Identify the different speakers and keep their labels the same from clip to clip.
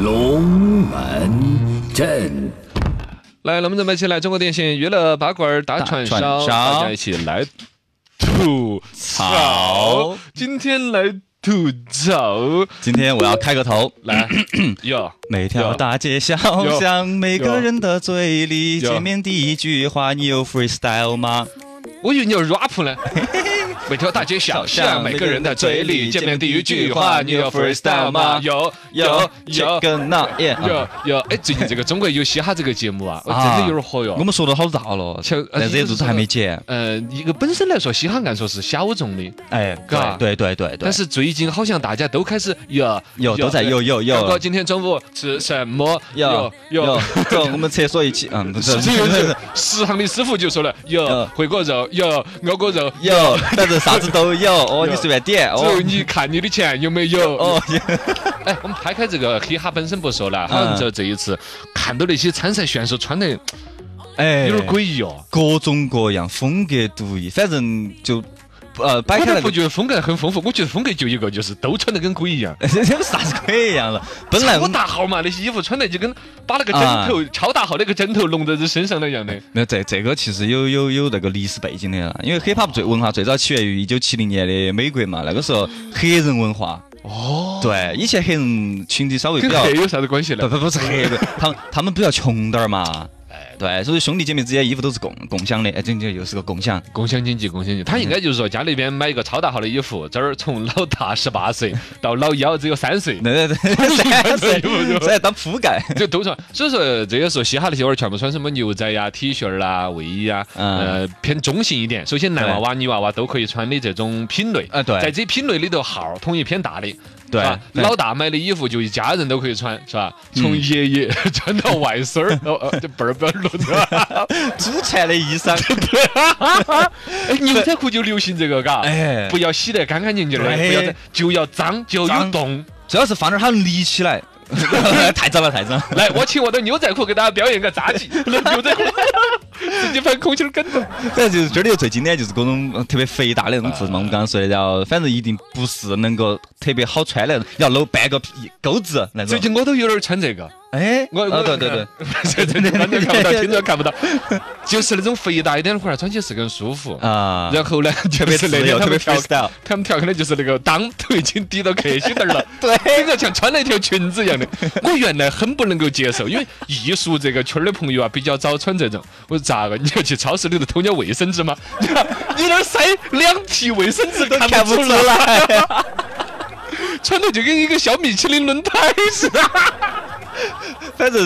Speaker 1: 龙门阵。
Speaker 2: 来，龙门阵摆起来，中国电信娱乐八卦儿大串烧，
Speaker 3: 大串烧
Speaker 2: 大家一起来吐槽
Speaker 3: 好。
Speaker 2: 今天来吐槽，
Speaker 3: 今天我要开个头。
Speaker 2: 来 哟，
Speaker 3: 每条大街小巷，每个人的嘴里，
Speaker 2: 有
Speaker 3: 见面第一句话，你有 freestyle 吗？
Speaker 2: 我以为你有 rap 呢。每条大街小巷，每个人的嘴里，见面第一句 话，你有 freestyle 吗？有有有
Speaker 3: 这个那 耶。
Speaker 2: 有有，哎，最近这个《中国有嘻哈》这个节目啊，我真
Speaker 3: 啊
Speaker 2: 的有点火哟
Speaker 3: 我。们说了好大了，呃
Speaker 2: 像
Speaker 3: 但是也就是还没剪。
Speaker 2: 呃，一个本身来说，嘻哈按说是小众的，
Speaker 3: 哎，
Speaker 2: 嘎
Speaker 3: 对对对对
Speaker 2: 但
Speaker 3: 对，
Speaker 2: 是最近好像大家都开始哟
Speaker 3: 有都在有有
Speaker 2: 哥哥
Speaker 3: 有
Speaker 2: 今天中午吃什么？
Speaker 3: 有有
Speaker 2: 有。，
Speaker 3: 走，我们厕所一起， 嗯，不是
Speaker 2: 是这个就食堂的师傅就说了，有
Speaker 3: 有
Speaker 2: 回锅肉，有熬锅肉，
Speaker 3: 有，反正啥子都有哦，你随便点
Speaker 2: 只
Speaker 3: 哦
Speaker 2: 有你看你的钱有没有。
Speaker 3: 哦，
Speaker 2: 哎，我们拍开这个嘻哈本身不说了，好像
Speaker 3: 嗯
Speaker 2: 就这一次看到那些参赛选手穿的
Speaker 3: 哎，
Speaker 2: 有点诡异哦，
Speaker 3: 各种各样，风格独一，反正就呃摆
Speaker 2: 我
Speaker 3: 开
Speaker 2: 都
Speaker 3: 来
Speaker 2: 不
Speaker 3: 个，
Speaker 2: 觉得风格很丰富，我觉得风格就一个，就是都穿得跟鬼一 样。
Speaker 3: 这不啥子鬼一样哎了。啊本来我
Speaker 2: 超
Speaker 3: 们
Speaker 2: 大号嘛，那些衣服穿的就跟把那个枕头、超大号那个枕头弄在这身上那样的。
Speaker 3: 没有这这个其实有有有那个历史背景的啦，因为 hiphop 最文化最早起源于一九七零年的美国嘛，那个时候黑人文化，
Speaker 2: 哦，
Speaker 3: 对，以前黑人群体稍微比
Speaker 2: 跟
Speaker 3: 较
Speaker 2: 这有啥子关系
Speaker 3: 不
Speaker 2: 呢？
Speaker 3: 不不是黑人，他们他们比较穷点儿嘛，对，所以兄弟姐妹之间衣服都是共共享的，哎，这这又是个共享，
Speaker 2: 共享经济，共享经济，他应该就是说家里边买一个超大号的衣服，这儿从老大十八岁到老幺只有三岁。
Speaker 3: 对对 对，三岁在当铺盖，
Speaker 2: 就都穿，所以说这些时候嘻哈那些娃儿全部穿什么牛仔呀、T 恤儿啦、卫衣呀，
Speaker 3: 嗯
Speaker 2: 呃，偏中性一点。首先，男娃娃、女娃娃都可以穿的这种品类，
Speaker 3: 啊对
Speaker 2: 在这品类里头号儿统一偏大的，
Speaker 3: 对
Speaker 2: 是吧，
Speaker 3: 对
Speaker 2: 老大买的衣服就一家人都可以穿，是吧？从爷爷 穿到外孙儿，哦哦，就辈儿辈儿轮着。
Speaker 3: 祖传的衣 裳，
Speaker 2: 哎，牛仔裤就流行这个，嘎，
Speaker 3: 哎
Speaker 2: 不要洗得干干净净的，
Speaker 3: 对
Speaker 2: 不要再就要脏，就有
Speaker 3: 脏
Speaker 2: 洞。
Speaker 3: 主要是放点儿它立起 来，太脏了太脏了。
Speaker 2: 来，我请我的牛仔裤给大家表演个 杂技，哎牛仔裤自己翻空心儿跟头。
Speaker 3: 反正就是这里头最经典就是各种呃特别肥大的那种裤子嘛，我们刚刚说的，然后反正一定不是能够特别好穿的，要露半个屁钩子那种
Speaker 2: 最。近我都有点儿穿这个，
Speaker 3: 哎，
Speaker 2: 我
Speaker 3: 啊
Speaker 2: 我
Speaker 3: 对对对，，
Speaker 2: 这这这观众看不到，听众看不 到，就是那种肥大一点的裤儿，穿起是更舒服。
Speaker 3: 啊，
Speaker 2: 然后呢，特
Speaker 3: 特别自
Speaker 2: 那
Speaker 3: 由，
Speaker 2: 天他
Speaker 3: 特别
Speaker 2: 们调
Speaker 3: freestyle，
Speaker 2: 他们调侃的就是那个裆都已经抵到客心那儿 了，对，整个像穿了一条裙子一样的。我原来很不能够接受，因为艺术这个圈儿的朋友啊，比较早穿这种。我说咋个？你要去超市里头偷人家卫生纸吗？ 你那儿塞两提卫生纸都
Speaker 3: 看不
Speaker 2: 出
Speaker 3: 出，来。
Speaker 2: 穿的就跟一个小米其林轮胎似的。
Speaker 3: 反正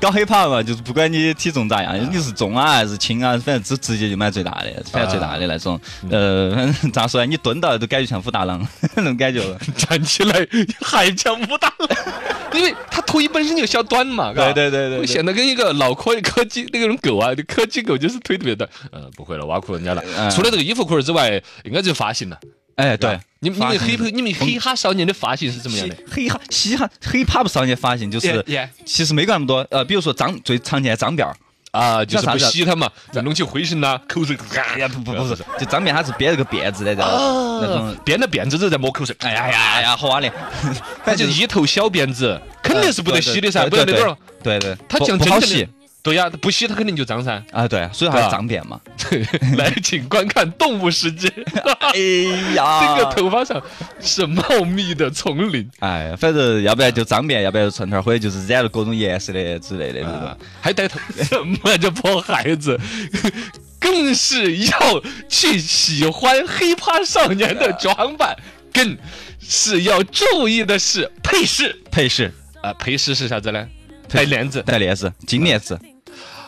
Speaker 3: 搞 hiphop 嘛，就是不管你体重咋样，你是重啊还是轻啊，反正直直接就买最大的，反正最大的那种。呃，反正咋说呢，你蹲到都感觉像武大郎 那种感觉。
Speaker 2: 站起来还像武大郎， 因为他腿本身就小短嘛，
Speaker 3: 对对对对
Speaker 2: 会
Speaker 3: 对
Speaker 2: 显得跟一个老柯柯基那种狗啊，柯基狗就是腿特别短。呃，不会了，挖苦人家了。
Speaker 3: 嗯
Speaker 2: 除了这个衣服裤儿之外，应该就是发型了。
Speaker 3: 哎，对，
Speaker 2: 你们你们
Speaker 3: 发型嗯
Speaker 2: 黑你们黑哈少年的发型是怎么样的？
Speaker 3: 嘻哈嘻哈 hiphop 少年发型就是
Speaker 2: 也也
Speaker 3: 其实没管那么多，呃，比如说脏最常见的脏辫儿，
Speaker 2: 啊，就是
Speaker 3: 那
Speaker 2: 不
Speaker 3: 啥子
Speaker 2: 洗它嘛，弄起灰尘 啦，口水。
Speaker 3: 哎呀不不不是，就脏辫它是编了个辫子的，然后那
Speaker 2: 啊
Speaker 3: 种，
Speaker 2: 编了辫子之后再抹口水，
Speaker 3: 哎呀呀呀，好 哇嘞，
Speaker 2: 反正一头小辫子肯定是不得洗的噻，不
Speaker 3: 对
Speaker 2: 然那
Speaker 3: 对
Speaker 2: 点儿
Speaker 3: 对对，
Speaker 2: 它
Speaker 3: 不
Speaker 2: 讲
Speaker 3: 不
Speaker 2: 真
Speaker 3: 好
Speaker 2: 正
Speaker 3: 洗
Speaker 2: 的，对呀，不洗它肯定就脏噻。
Speaker 3: 啊，对，所以它
Speaker 2: 对吧
Speaker 3: 是脏辫嘛。
Speaker 2: 来，请观看《动物世界》。
Speaker 3: 哎呀
Speaker 2: 这个头发上是茂密的丛林，
Speaker 3: 哎，反正要不然就脏辫，要不然就寸头，或者就是染了各种颜色的之类的
Speaker 2: 啊
Speaker 3: 这种。
Speaker 2: 还带头，什么这破孩子， 更是要去喜欢黑怕少年的装扮，更是要注意的是配饰
Speaker 3: 配饰
Speaker 2: 啊、配饰是啥子呢？带
Speaker 3: 配
Speaker 2: 链子、
Speaker 3: 戴链子、金链子、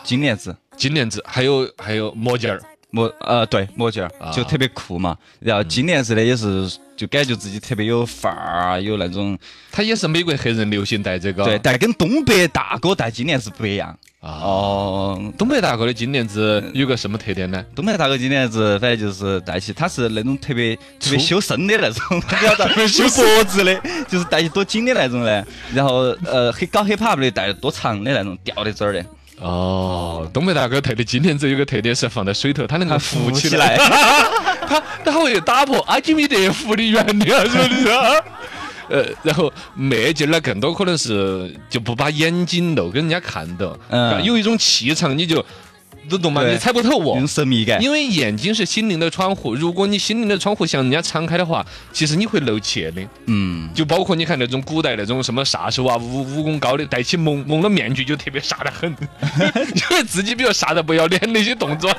Speaker 3: 金链子。
Speaker 2: 金链子，还有还有墨镜儿，
Speaker 3: 墨呃对墨镜儿
Speaker 2: 啊嗯
Speaker 3: 就特别酷嘛，然后金链子的也是就感觉自己特别有范儿，啊有那种
Speaker 2: 他也是美国黑人流行戴这个。
Speaker 3: 对，，但跟东北大哥戴金链子不一样
Speaker 2: 啊，
Speaker 3: 哦。
Speaker 2: 东北大哥的金链子有个什么特点呢？
Speaker 3: 东北大哥金链子反正就是戴起，他是那种特别特
Speaker 2: 粗
Speaker 3: 别修身的那种， 不要戴修脖子的，就是戴起多紧的那种嘞。然后呃，黑搞 hiphop 的戴得多长的那种吊的针儿的，
Speaker 2: 哦，东北大哥戴的金链子有个特点是放在水头，它能够浮
Speaker 3: 浮
Speaker 2: 起
Speaker 3: 起
Speaker 2: 来。
Speaker 3: 来。
Speaker 2: 他他会打破阿基米德浮力原理啊，是不是？ 呃，然后慢劲儿呢，更多可能是就不把眼睛露给人家看到，
Speaker 3: 嗯
Speaker 2: 有一种气场，你就你懂吗？
Speaker 3: 对
Speaker 2: 你猜不透我
Speaker 3: 有。种神秘感。
Speaker 2: 因为眼睛是心灵的窗户，如果你心灵的窗户向人家敞开的话，其实你会露怯的。
Speaker 3: 嗯，
Speaker 2: 就包括你看那种古代那种什么杀手啊，武武功高的，戴起蒙蒙了面具就特别傻得很， 因为自己比较傻得不要脸那些动作，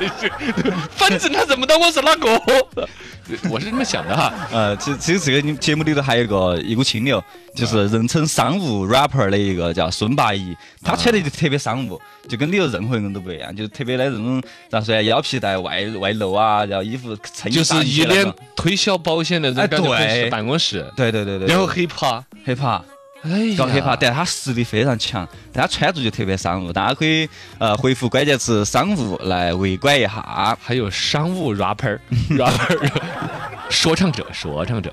Speaker 2: 反正他认不到我是哪 个，我是这么想的哈。
Speaker 3: 呃，其实其实这个你节目里头还有一个一股清流，
Speaker 2: 啊
Speaker 3: 就是人称商务 rapper 的一个叫孙八一，
Speaker 2: 啊
Speaker 3: 他穿的就特别商务，就跟里头任何人都不一样，就特别的那种咋说呀，腰皮带外外露啊，然后衣服衬衣
Speaker 2: 就是
Speaker 3: 搭
Speaker 2: 一
Speaker 3: 起来那
Speaker 2: 脸
Speaker 3: 种
Speaker 2: 推销保险那种
Speaker 3: 哎
Speaker 2: 感觉，
Speaker 3: 对
Speaker 2: 很是办公室，
Speaker 3: 对对对对，
Speaker 2: 然后 hiphop，
Speaker 3: hip hop。
Speaker 2: 哎呀，
Speaker 3: 搞 hiphop，但他实力非常强，但他穿着就特别商务。大家可以呃回复关键词“商务”来围观一下。啊
Speaker 2: 还有商务 rapper，rapper，说唱者，说唱者。